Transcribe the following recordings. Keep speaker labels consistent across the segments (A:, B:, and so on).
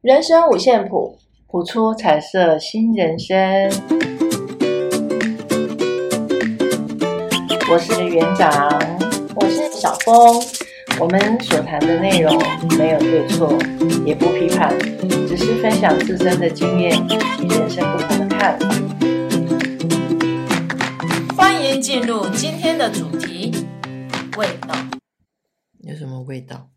A: 人生五线谱，谱出彩色新人生。我是园长，我是小峰。我们所谈的内容没有对错，也不批判，只是分享自身的经验与人生不同的看法。
B: 欢迎进入今天的主题——味道。
A: 有什么味道？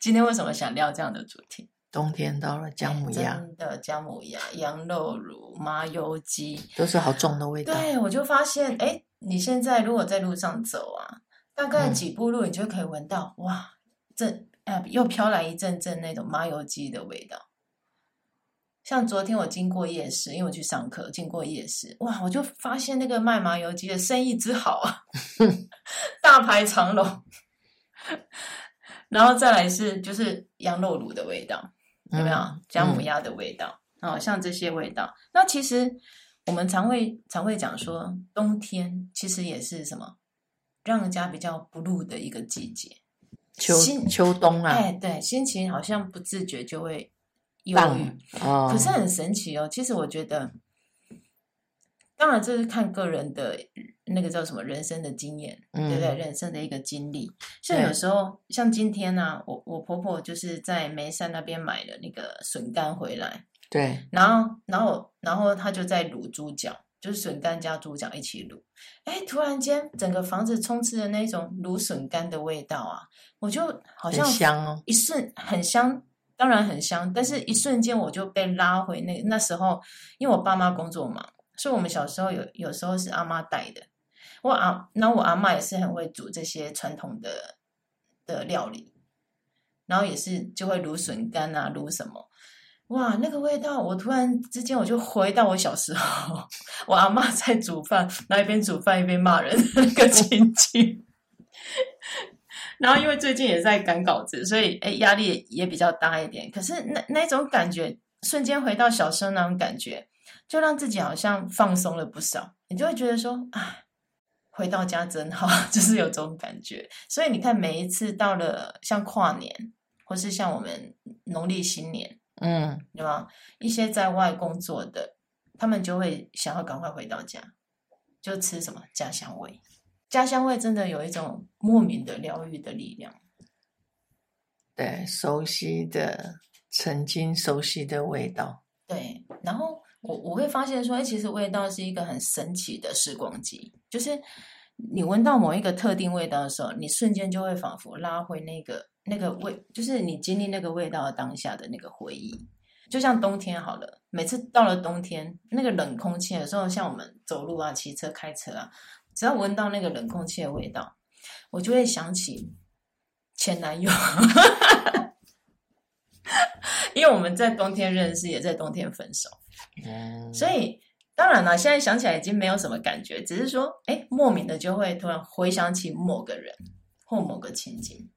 B: 今天为什么想聊这样的主题？
A: 冬天到了，姜母鸭
B: 真的姜母鸭、羊肉乳、麻油鸡，
A: 都是好重的味道。
B: 对我就发现，哎，你现在如果在路上走啊，大
A: 嗯
B: 概几步路你就可以闻到，哇，这呃又飘来一阵阵那种麻油鸡的味道。像昨天我经过夜市，因为我去上课，经过夜市，哇，我就发现那个卖麻油鸡的生意之好 啊，大排长龙。然后再来是就是羊肉卤的味道，有没有
A: 嗯
B: 姜母鸭的味道？哦，像这些味道。那其实我们常会常会讲说，冬天其实也是什么，让人家比较不入的一个季节。
A: 秋
B: 新
A: 秋冬啊，
B: 哎，对，心情好像不自觉就会忧
A: 棒
B: 郁。
A: 哦。
B: 可是很神奇哦，其实我觉得，当然这是看个人的那个叫什么人生的经验，对不对？
A: 嗯
B: 人生的一个经历，像
A: 对
B: 有时候，像今天呢、啊我我婆婆就是在梅山那边买了那个笋干回来，
A: 对，
B: 然后然后然后她就在卤猪脚，就是笋干加猪脚一起卤。哎，突然间整个房子充斥着那种卤笋干的味道啊，我就好
A: 很
B: 像
A: 香哦。
B: 一瞬很香，当然很香，但是一瞬间我就被拉回那那时候，因为我爸妈工作忙，所以我们小时候有有时候是阿妈带的。我阿那我阿妈也是很会煮这些传统的的料理，然后也是就会卤笋干啊，卤什么。哇，那个味道！我突然之间我就回到我小时候， 我阿妈在煮饭，然后一边煮饭一边骂人 的那个情景。然后因为最近也在赶稿子，所以哎压力也比较大一点。可是那那种感觉，瞬间回到小时候那种感觉，就让自己好像放松了不少。你就会觉得说，哎，回到家真好， 就是有这种感觉。所以你看，每一次到了像跨年，或是像我们农历新年，
A: 嗯，
B: 对吧？一些在外工作的，他们就会想要赶快回到家，就吃什么家乡味。家乡味真的有一种莫名的疗愈的力量。
A: 对，熟悉的，曾经熟悉的味道。
B: 对，然后我我会发现说，哎，其实味道是一个很神奇的时光机，就是你闻到某一个特定味道的时候，你瞬间就会仿佛拉回那个那个味，就是你经历那个味道的当下的那个回忆。就像冬天好了，每次到了冬天，那个冷空气的时候，像我们走路啊、骑车、开车啊，只要闻到那个冷空气的味道，我就会想起前男友。 因为我们在冬天认识，也在冬天分手，
A: 嗯，
B: 所以当然了，现在想起来已经没有什么感觉，只是说，哎，莫名的就会突然回想起某个人或某个情景，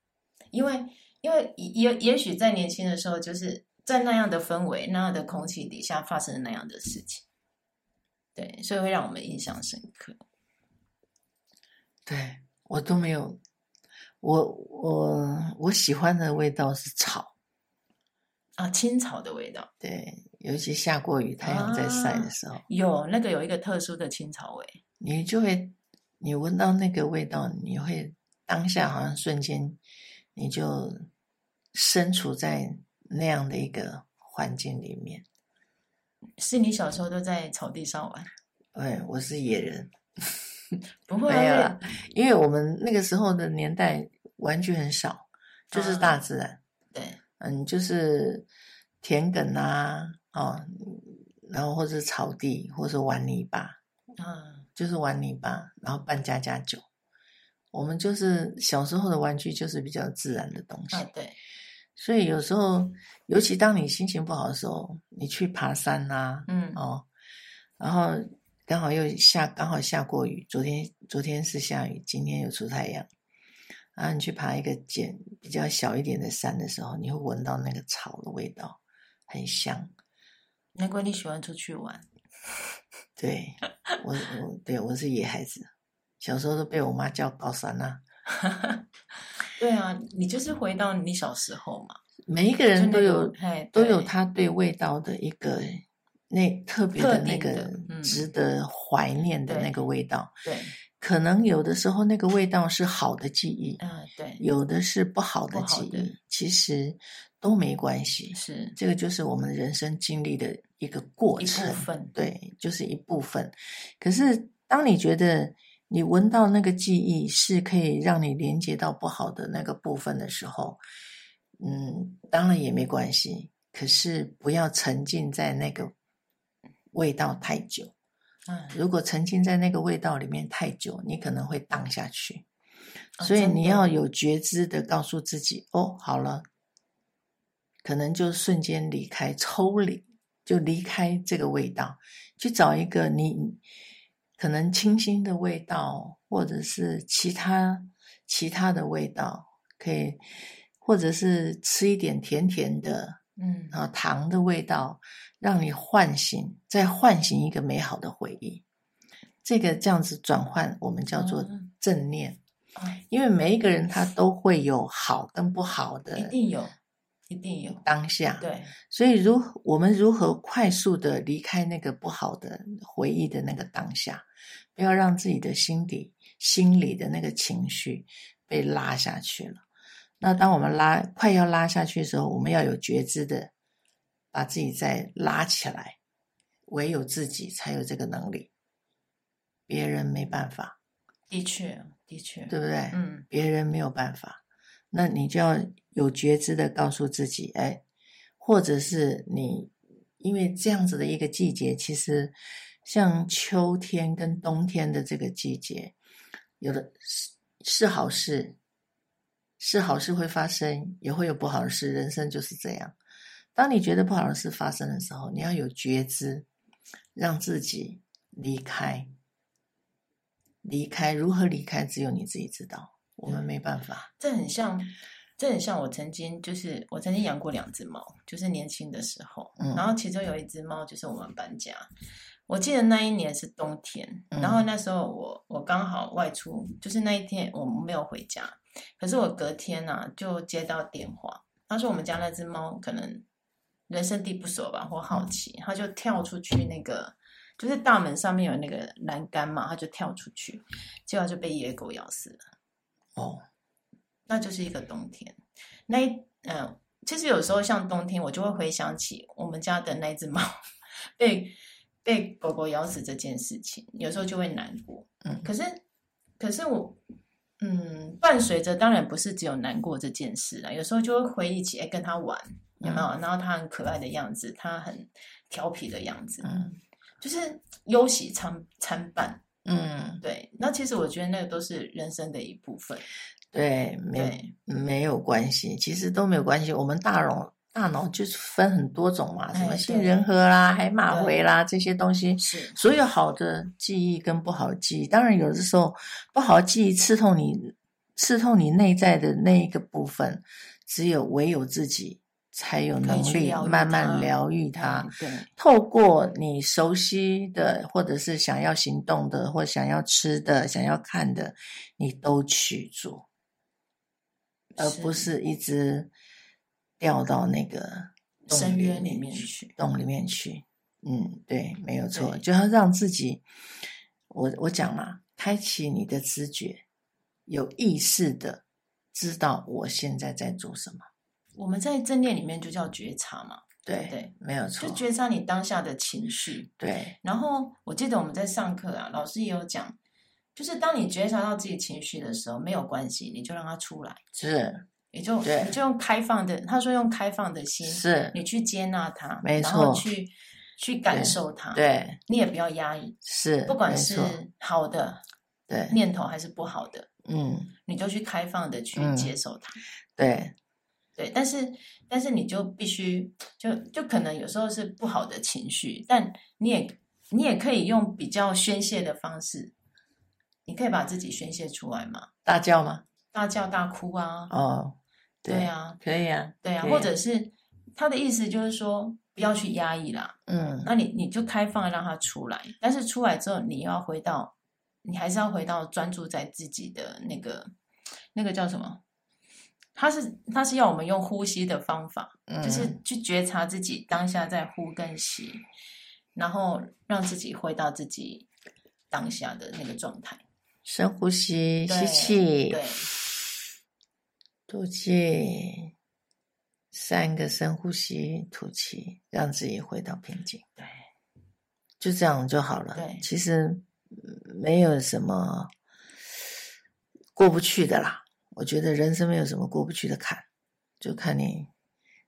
B: 因为因为也也也许在年轻的时候，就是在那样的氛围、那样的空气底下发生那样的事情，对，所以会让我们印象深刻。
A: 对我都没有，我我我喜欢的味道是草，
B: 啊，青草的味道
A: 对，尤其下过雨，太阳在
B: 啊
A: 晒的时候，
B: 有那个有一个特殊的青草味，
A: 你就会，你闻到那个味道，你会当下好像瞬间，你就身处在那样的一个环境里面。
B: 是你小时候都在草地上玩？
A: 对，哎我是野人，
B: 不会啊
A: 没有
B: 因为
A: 啦，因为我们那个时候的年代玩具很少，就是
B: 啊
A: 大自然。
B: 对。
A: 嗯，就是田埂啊，哦，然后或者草地，或者玩泥巴，
B: 啊，
A: 就是玩泥巴，然后扮家家酒。我们就是小时候的玩具，就是比较自然的东西
B: 啊，，对，
A: 所以有时候，尤其当你心情不好的时候，你去爬山啊，
B: 嗯，
A: 哦，然后刚好又下，刚好下过雨，昨天昨天是下雨，今天又出太阳。然后你去爬一个简比较小一点的山的时候，你会闻到那个草的味道，很香。
B: 难怪你喜欢出去玩。
A: 对我，我对我是野孩子，小时候都被我妈叫高山呐、
B: 对啊，你就是回到你小时候嘛。
A: 每一个人都有
B: 哎
A: 都有他对味道的一个那特别的那个
B: 特定的嗯
A: 值得怀念的那个味道。
B: 对，
A: 可能有的时候那个味道是好的记忆，
B: 嗯、对，
A: 有的是不好的
B: 不好
A: 记
B: 的
A: 忆，其实都没关系。
B: 是
A: 这个就是我们人生经历的一个过
B: 一
A: 程
B: 部，分，
A: 对，就是一部分。可是当你觉得你闻到那个记忆是可以让你连接到不好的那个部分的时候，嗯，当然也没关系。可是不要沉浸在那个味道太久。
B: 嗯，
A: 如果沉浸在那个味道里面太久，你可能会荡下去。
B: 啊
A: 所以
B: 真
A: 你
B: 的
A: 要有觉知的告诉自己，哦，好了，可能就瞬间离开，抽离，就离开这个味道，去找一个你可能清新的味道，或者是其他其他的味道，可以，或者是吃一点甜甜的，
B: 嗯，
A: 然后糖的味道，让你唤醒，再唤醒一个美好的回忆。这个这样子转换，我们叫做
B: 嗯
A: 正念。
B: 啊
A: 因为每一个人他都会有好跟不好
B: 一
A: 的
B: 定有，一定有，
A: 当下，
B: 对，
A: 所以如我们如何快速的离开那个不好的回忆的那个当下，不要让自己的心底心里的那个情绪被拉下去了。那当我们拉快要拉下去的时候，我们要有觉知的把自己再拉起来，唯有自己才有这个能力，别人没办法，
B: 的确，的确，
A: 对，不对？
B: 嗯，
A: 别人没有办法，那你就要有觉知的告诉自己，哎，或者是你因为这样子的一个季节，其实像秋天跟冬天的这个季节，有的是是好事，是好事会发生，也会有不好的事，人生就是这样。当你觉得不好的事发生的时候，你要有觉知，让自己离开。离开如何离开，只有你自己知道，我
B: 嗯
A: 们没办法。
B: 这很像，这很像我曾经就是我曾经养过两只猫，就是年轻的时候，
A: 嗯
B: 然后其中有一只猫就是我们搬家，我记得那一年是冬天，
A: 嗯
B: 然后那时候我我刚好外出，就是那一天我没有回家，可是我隔天啊就接到电话，他说我们家那只猫可能人生地不熟吧，或
A: 嗯
B: 好奇，它就跳出去那个。就是大门上面有那个栏杆嘛，它就跳出去，结果它就被野狗咬死了。
A: 哦，
B: 那就是一个冬天。那一嗯、其实有时候像冬天，我就会回想起我们家的那一只猫被被狗狗咬死这件事情，有时候就会难过。
A: 嗯
B: 可是可是我嗯，伴随着当然不是只有难过这件事啦，有时候就会回忆起，哎、跟它玩有没有？然后它很可爱的样子，它很调皮的样子，
A: 嗯
B: 就是忧喜参参半。
A: 嗯，
B: 对，那其实我觉得那个都是人生的一部分。
A: 对，没
B: 对，
A: 没有关系，其实都没有关系。我们大脑大脑就是分很多种嘛，什么
B: 哎
A: 杏
B: 对
A: 仁核啦、海马
B: 对
A: 回啦这些东西，
B: 是，
A: 所有好的记忆跟不好的记忆，当然有的时候不好的记忆刺痛你，刺痛你内在的那一个部分，只有唯有自己才有能
B: 可以去
A: 力
B: 疗愈
A: 慢
B: 它
A: 慢疗愈它。
B: 嗯对。
A: 透过你熟悉的，或者是想要行动的，或想要吃的、想要看的，你都去做，而不是一直掉到那个洞
B: 深渊里
A: 面
B: 面
A: 去
B: 去。
A: 洞里面去。嗯，对，没有错，
B: 对
A: 就要让自己，我我讲嘛，开启你的知觉，有意识的知道我现在在做什么。
B: 我们在正念里面就叫觉察嘛，
A: 对，
B: 对
A: 没有错
B: 就，觉察你当下的情绪。
A: 对，
B: 然后我记得我们在上课啊，老师也有讲，就是当你觉察到自己情绪的时候，没有关系，你就让它出来，
A: 是
B: 也就
A: 对
B: 你就用开放的，他说用开放的心，
A: 是，
B: 你去接纳它，
A: 没
B: 然后
A: 错
B: 去去感受它，，
A: 对。
B: 你也不要压抑，
A: 是，
B: 不管
A: 没
B: 是
A: 错
B: 好的
A: 对，
B: 念头还是不好的，
A: 嗯，
B: 你就去开放的去
A: 嗯
B: 接受它。
A: 对，
B: 对，但是但是你就必须就就可能有时候是不好的情绪，但你也你也可以用比较宣泄的方式，你可以把自己宣泄出来嘛，
A: 大叫吗？
B: 大叫大哭啊，
A: 哦，
B: 对，啊，
A: 可以啊，
B: 对啊，
A: 对
B: 或者是他的意思就是说不要去压抑啦，
A: 嗯，
B: 那你你就开放让它出来，但是出来之后你又要回到，你还是要回到专注在自己的那个那个叫什么？它是它是要我们用呼吸的方法，
A: 嗯
B: 就是去觉察自己当下在呼跟吸，然后让自己回到自己当下的那个状态。
A: 深呼吸，
B: 对
A: 吸气，
B: 对，
A: 吐气，三个深呼吸，吐气，让自己回到平静。
B: 对，
A: 就这样就好了。
B: 对
A: 其实嗯没有什么过不去的啦。我觉得人生没有什么过不去的坎，就看你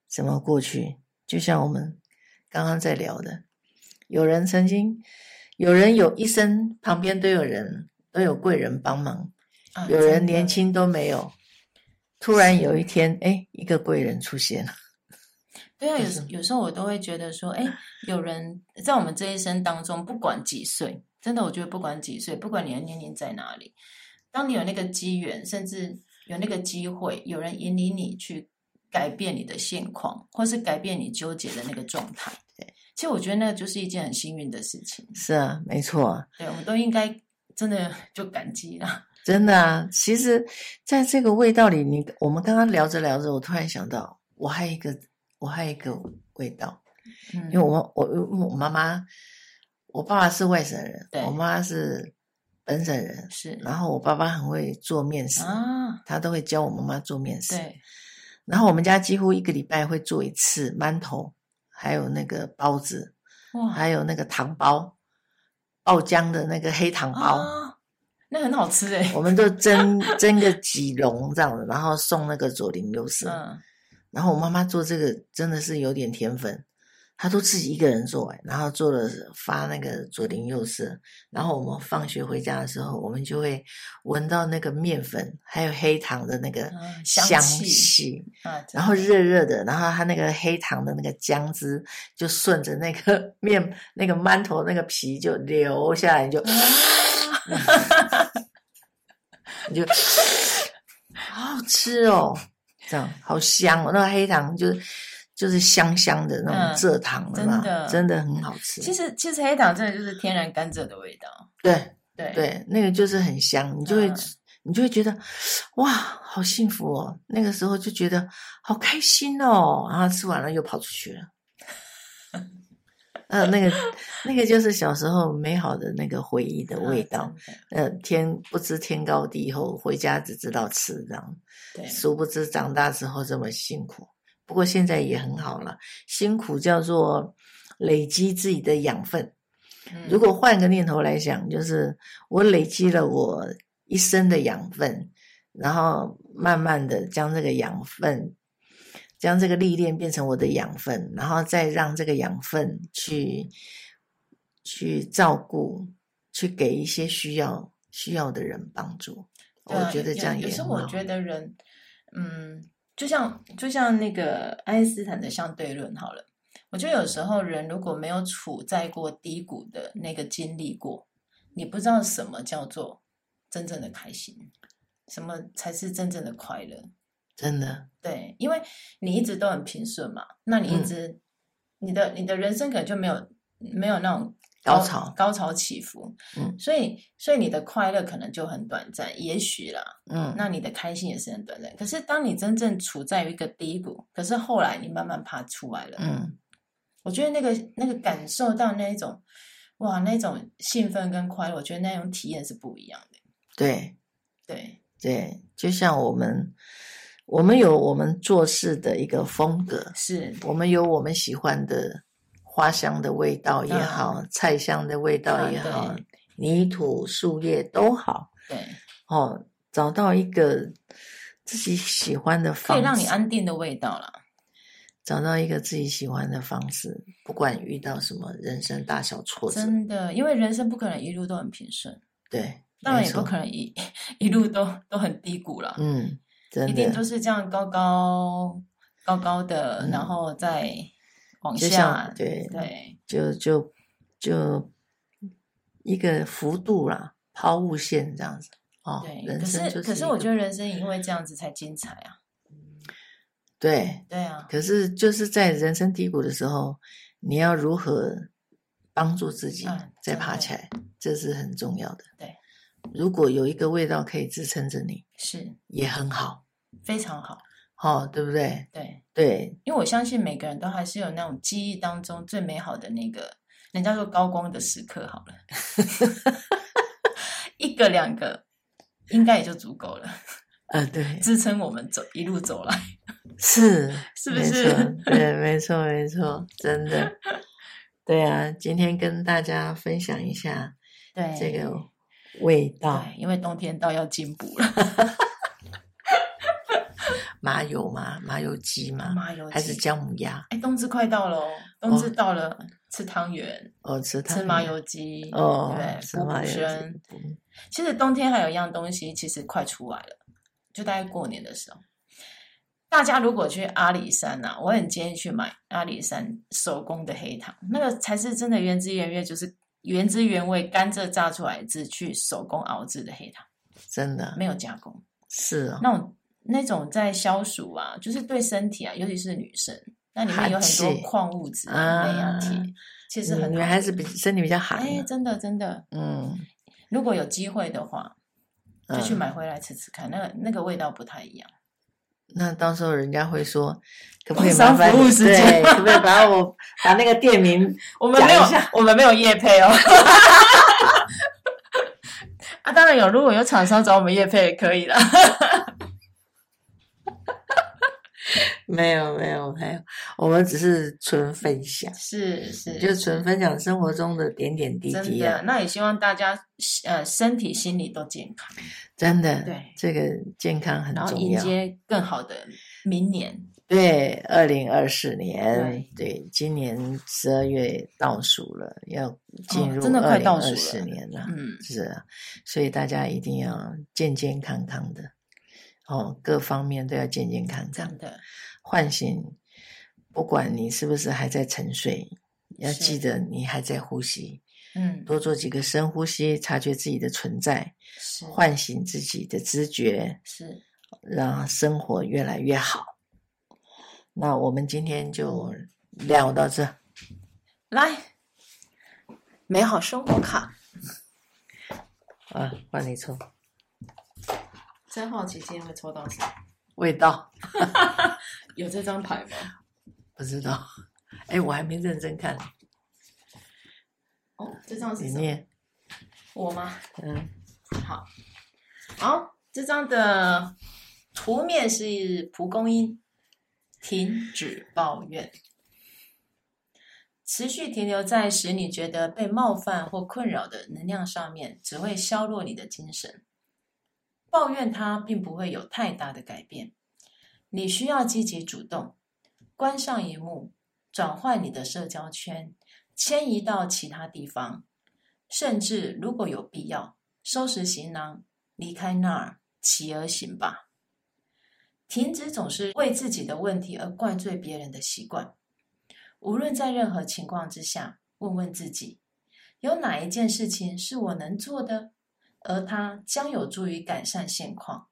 A: 怎么过去。就像我们刚刚在聊的，有人曾经，有人有一生旁边都有人，都有贵人帮忙，
B: 啊
A: 有人年，
B: 真的
A: 轻都没有，突然有一天，哎，一个贵人出现了。
B: 对啊，有
A: 就是
B: 时有时候我都会觉得说，哎，有人在我们这一生当中，不管几岁，真的，我觉得不管几岁，不管你的年龄在哪里，当你有那个机缘，甚至有那个机会，有人引领你去改变你的现况，或是改变你纠结的那个状 态。其实我觉得那就是一件很幸运的事情。
A: 是啊，没错啊，
B: 对，我们都应该真的 就感激啦。
A: 真的啊。其实，在这个味道里，你我们刚刚聊着聊着，我突然想到，我还有一个，我还有一个味道，
B: 嗯
A: 因为我我我妈妈，我爸爸是外省人
B: 对，
A: 我妈妈是本省人，
B: 是
A: 然后我爸爸很会做面食，
B: 啊，
A: 他都会教我妈妈做面食。
B: 对，
A: 然后我们家几乎一个礼拜会做一次馒头，还有那个包子，
B: 哇，
A: 还有那个糖包，爆浆的那个黑糖包，
B: 啊，那很好吃哎、
A: 我们都蒸蒸个几笼这样子，然后送那个左邻右舍。
B: 嗯，
A: 然后我妈妈做这个真的是有点天分，她都自己一个人做哎，然后做了发那个左邻右舍。然后我们放学回家的时候，我们就会闻到那个面粉还有黑糖的那个
B: 嗯香
A: 香
B: 气
A: 气。
B: 啊，真
A: 然后
B: 的
A: 热热的，然后它那个黑糖的那个浆汁就顺着那个 面那个馒头那个皮就流下来，你
B: 啊
A: 就你就 好好吃哦，这样好香哦，那个黑糖就是就是香香的那
B: 嗯
A: 种蔗糖的嘛，
B: 真的
A: 真的很好吃。
B: 其实其实黑糖真的就是天然甘蔗的味道，
A: 对
B: 对
A: 对，那个就是很香，你就会、
B: 嗯
A: 你就会觉得哇，好幸福哦。那个时候就觉得好开心哦，然后吃完了又跑出去了。呃， 那个那个就是小时候美好的那个回忆的
B: 啊
A: 味道。，
B: 真的
A: 呃，天不知天高地厚，回家只知道吃这样。
B: 对，
A: 殊不知长大之后这么辛苦，不过现在也很好了。辛苦叫做累积自己的养分，
B: 嗯
A: 如果换个念头来想，就是我累积了我一生的养分，然后慢慢的将这个养分，将这个历练变成我的养分，然后再让这个养分去去照顾，去给一些需要需要的人帮助。
B: 对啊
A: 我觉得
B: 有
A: 这样
B: 有
A: 也
B: 有时
A: 很
B: 候我
A: 好。
B: 觉得人，嗯，就像就像那个爱因斯坦的相对论好了，我觉得有时候人如果没有处在过低谷的那个经历过，你不知道什么叫做真正的开心，什么才是真正的快乐。
A: 真的，
B: 对，因为你一直都很平顺嘛，那你一
A: 嗯
B: 直、你的你的人生可能就没有没有那种
A: 高潮
B: 高潮起伏，
A: 嗯
B: 所以所以你的快乐可能就很短暂，也许啦，
A: 嗯，
B: 那你的开心也是很短暂。可是当你真正处在于一个低谷，可是后来你慢慢爬出来了，
A: 嗯，
B: 我觉得那个那个感受到那一种哇那种兴奋跟快乐，我觉得那种体验是不一样的。
A: 对，
B: 对，
A: 对，就像我们，我们有我们做事的一个风格，
B: 是，
A: 我们有我们喜欢的花香的味道也好，
B: 嗯
A: 菜香的味道也好，
B: 啊
A: 泥土、树叶都好
B: 对，
A: 哦，找到一个自己喜欢的
B: 可
A: 方
B: 以
A: 式，
B: 让你安定的味道啦。
A: 找到一个自己喜欢的方式，不管遇到什么人生大小挫折，
B: 真的，因为人生不可能一路都很平顺，
A: 对，
B: 当然
A: 没
B: 也不
A: 错
B: 可能一一路都都很低谷了，
A: 嗯，
B: 一
A: 真
B: 定都
A: 的。
B: 是这样高高高高的，
A: 嗯
B: 然后再往
A: 就
B: 下
A: 像，对
B: 对
A: 就就就一个幅度啦，抛物线这样子哦。
B: 对。
A: 人
B: 可
A: 生就是
B: 可是，
A: 一
B: 我
A: 个
B: 觉得人生也因为这样子才精彩啊，
A: 对，
B: 对啊，
A: 可是就是在人生低谷的时候，你要如何帮助自己
B: 嗯
A: 再
B: 真
A: 爬
B: 的
A: 起来，这是很重要的。
B: 对，
A: 如果有一个味道可以支撑着你，
B: 是
A: 也很好。
B: 非常好，
A: 好、对不对？
B: 对，
A: 对，
B: 因为我相信每个人都还是有那种记忆当中最美好的那个，人家说高光的时刻 好了， 一个两个应该也就足够了，
A: 呃， 对，
B: 支撑我们走一路 走来，
A: 是
B: 是不
A: 没
B: 是？
A: 错，对，没错，没错，真的，对啊，今天跟大家分享一下
B: 对，
A: 这个味道，
B: 对，因为冬天到要进补了，
A: 麻油吗？ 麻油鸡吗？
B: 麻油
A: 还是
B: 鸡
A: 姜母鸭？
B: 哎，冬至快到了哦，冬至
A: 哦
B: 到了，吃汤圆，
A: 哦，吃它
B: 吃麻油鸡，
A: 哦，
B: 对不对，
A: 吃
B: 补
A: 麻
B: 补
A: 油
B: 身。
A: 鸡，
B: 其实冬天还有一样东西，其实快出来了，就大概过年的时候。大家如果去阿里山呐、啊，我很建议去买阿里山手工的黑糖，那个才是真的原汁原味，就是原汁原味甘蔗榨出来，只去手工熬制的黑糖，
A: 真的
B: 没有加工。
A: 是哦，
B: 那种那种在消暑啊，就是对身体啊，尤其是女生，那里面
A: 寒
B: 有很多
A: 气
B: 矿物质
A: 啊
B: 啊、镁啊、嗯铁，其实很好
A: 女孩子比身体比较寒
B: 哎，
A: 啊，
B: 真的真的，
A: 嗯，
B: 如果有机会的话，就去
A: 嗯
B: 买回来吃吃看，那个那个味道不太一样。
A: 那到时候人家会说，可不可以
B: 工
A: 麻
B: 商
A: 烦
B: 服务
A: 你
B: 时
A: 对，
B: 间
A: 可不可以把 我把那个店名
B: 我们没有
A: 讲一下，
B: 我们没有叶配 哦。啊，当然有，如果有厂商找我们叶配也可以啦。
A: 没有没有没有，我们只是纯分享，
B: 是是，
A: 就是纯分享生活中的点点滴
B: 真
A: 滴
B: 的。
A: 啊，
B: 那也希望大家呃身体心理都健康，
A: 真的，
B: 对
A: 这个健康很
B: 然后
A: 重
B: 迎
A: 要。
B: 接更好的明年。
A: 对，二零二四年，对，今年十二月倒数了，要进
B: 哦
A: 入
B: 真的
A: 二
B: 快
A: 零
B: 倒
A: 二
B: 数
A: 四
B: 了
A: 年了，
B: 嗯，
A: 是啊，所以大家一定要健健康康的，哦，各方面都要健健康康
B: 真。的
A: 唤醒，不管你是不是还在沉睡，要
B: 是
A: 记得你还在呼吸，
B: 嗯，
A: 多做几个深呼吸，察觉自己的存在，
B: 是
A: 唤醒自己的知觉，
B: 是
A: 让生活越来越好。那我们今天就聊到这，
B: 来美好生活卡，
A: 啊，换你抽
B: 真好奇今天会抽到什么？
A: 味道，
B: 有这张牌吗？
A: 不知道， 哎，我还没认真看，
B: 哦，这张是
A: 你
B: 什么？
A: 念，
B: 我吗？
A: 嗯，
B: 好，好，这张的图面是蒲公英，停止抱怨，持续停留在使你觉得被冒犯或困扰的能量上面，只会削弱你的精神。抱怨它并不会有太大的改变，你需要积极主动，关上一幕，转换你的社交圈，迁移到其他地方，甚至如果有必要，收拾行囊，离开那儿，起而行吧。停止总是为自己的问题而怪罪别人的习惯。无论在任何情况之下，问问自己，有哪一件事情是我能做的，而它将有助于改善现况。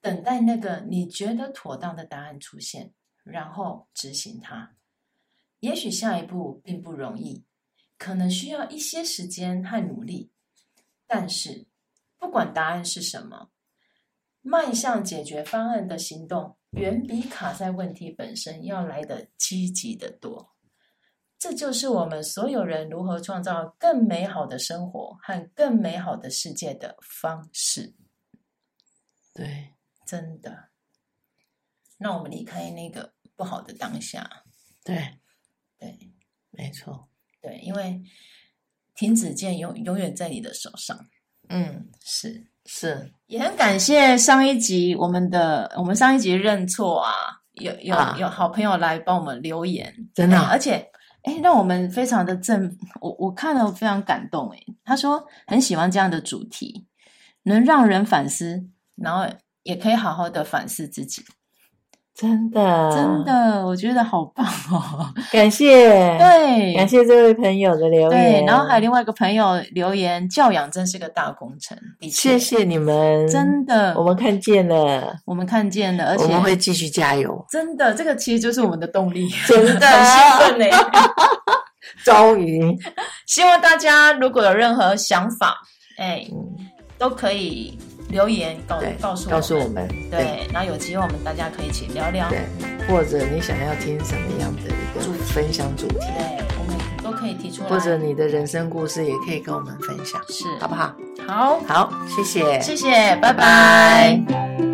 B: 等待那个你觉得妥当的答案出现，然后执行它。也许下一步并不容易，可能需要一些时间和努力，但是不管答案是什么，迈向解决方案的行动远比卡在问题本身要来的积极的多。这就是我们所有人如何创造更美好的生活和更美好的世界的方式。
A: 对，
B: 真的，让我们离开那个不好的当下。
A: 对，
B: 对
A: 没错，
B: 对，因为停止键永永远在你的手上。
A: 嗯，
B: 是，
A: 是
B: 也很感谢上一集我们的我们上一集认错啊，有有、
A: 啊
B: 有好朋友来帮我们留言，
A: 真的
B: 哎
A: 啊
B: 而且哎，让我们非常的正，我我看了非常感动哎，他说很喜欢这样的主题，能让人反思，然后也可以好好的反思自己，
A: 真的，
B: 真，的，我觉得好棒哦，
A: 感谢，
B: 对，
A: 感。谢这位朋友的留言。
B: 对，然后还有另外一个朋友留言，教养真是个大工程，的
A: 谢
B: 确，
A: 谢你们，
B: 真的，
A: 我们看见了，
B: 我们看见了，而且
A: 我们会继续加油。
B: 真的，这个其实就是我们的动力，
A: 真的
B: 很兴奋欸 呢。
A: 终于，
B: 嗯希望大家如果有任何想法，哎，都可以留言告
A: 对，
B: 告诉
A: 告诉
B: 我
A: 我
B: 们，
A: 们，
B: 对，然后有机会我们大家可以一起聊聊，
A: 对，或者你想要听什么样的一个分享主题，
B: 对，我们都可以提出来，
A: 或者你的人生故事也可以跟我们分享，
B: 是
A: 好不好？
B: 好，
A: 好，谢谢，
B: 谢谢，
A: 拜
B: 拜
A: 拜
B: 拜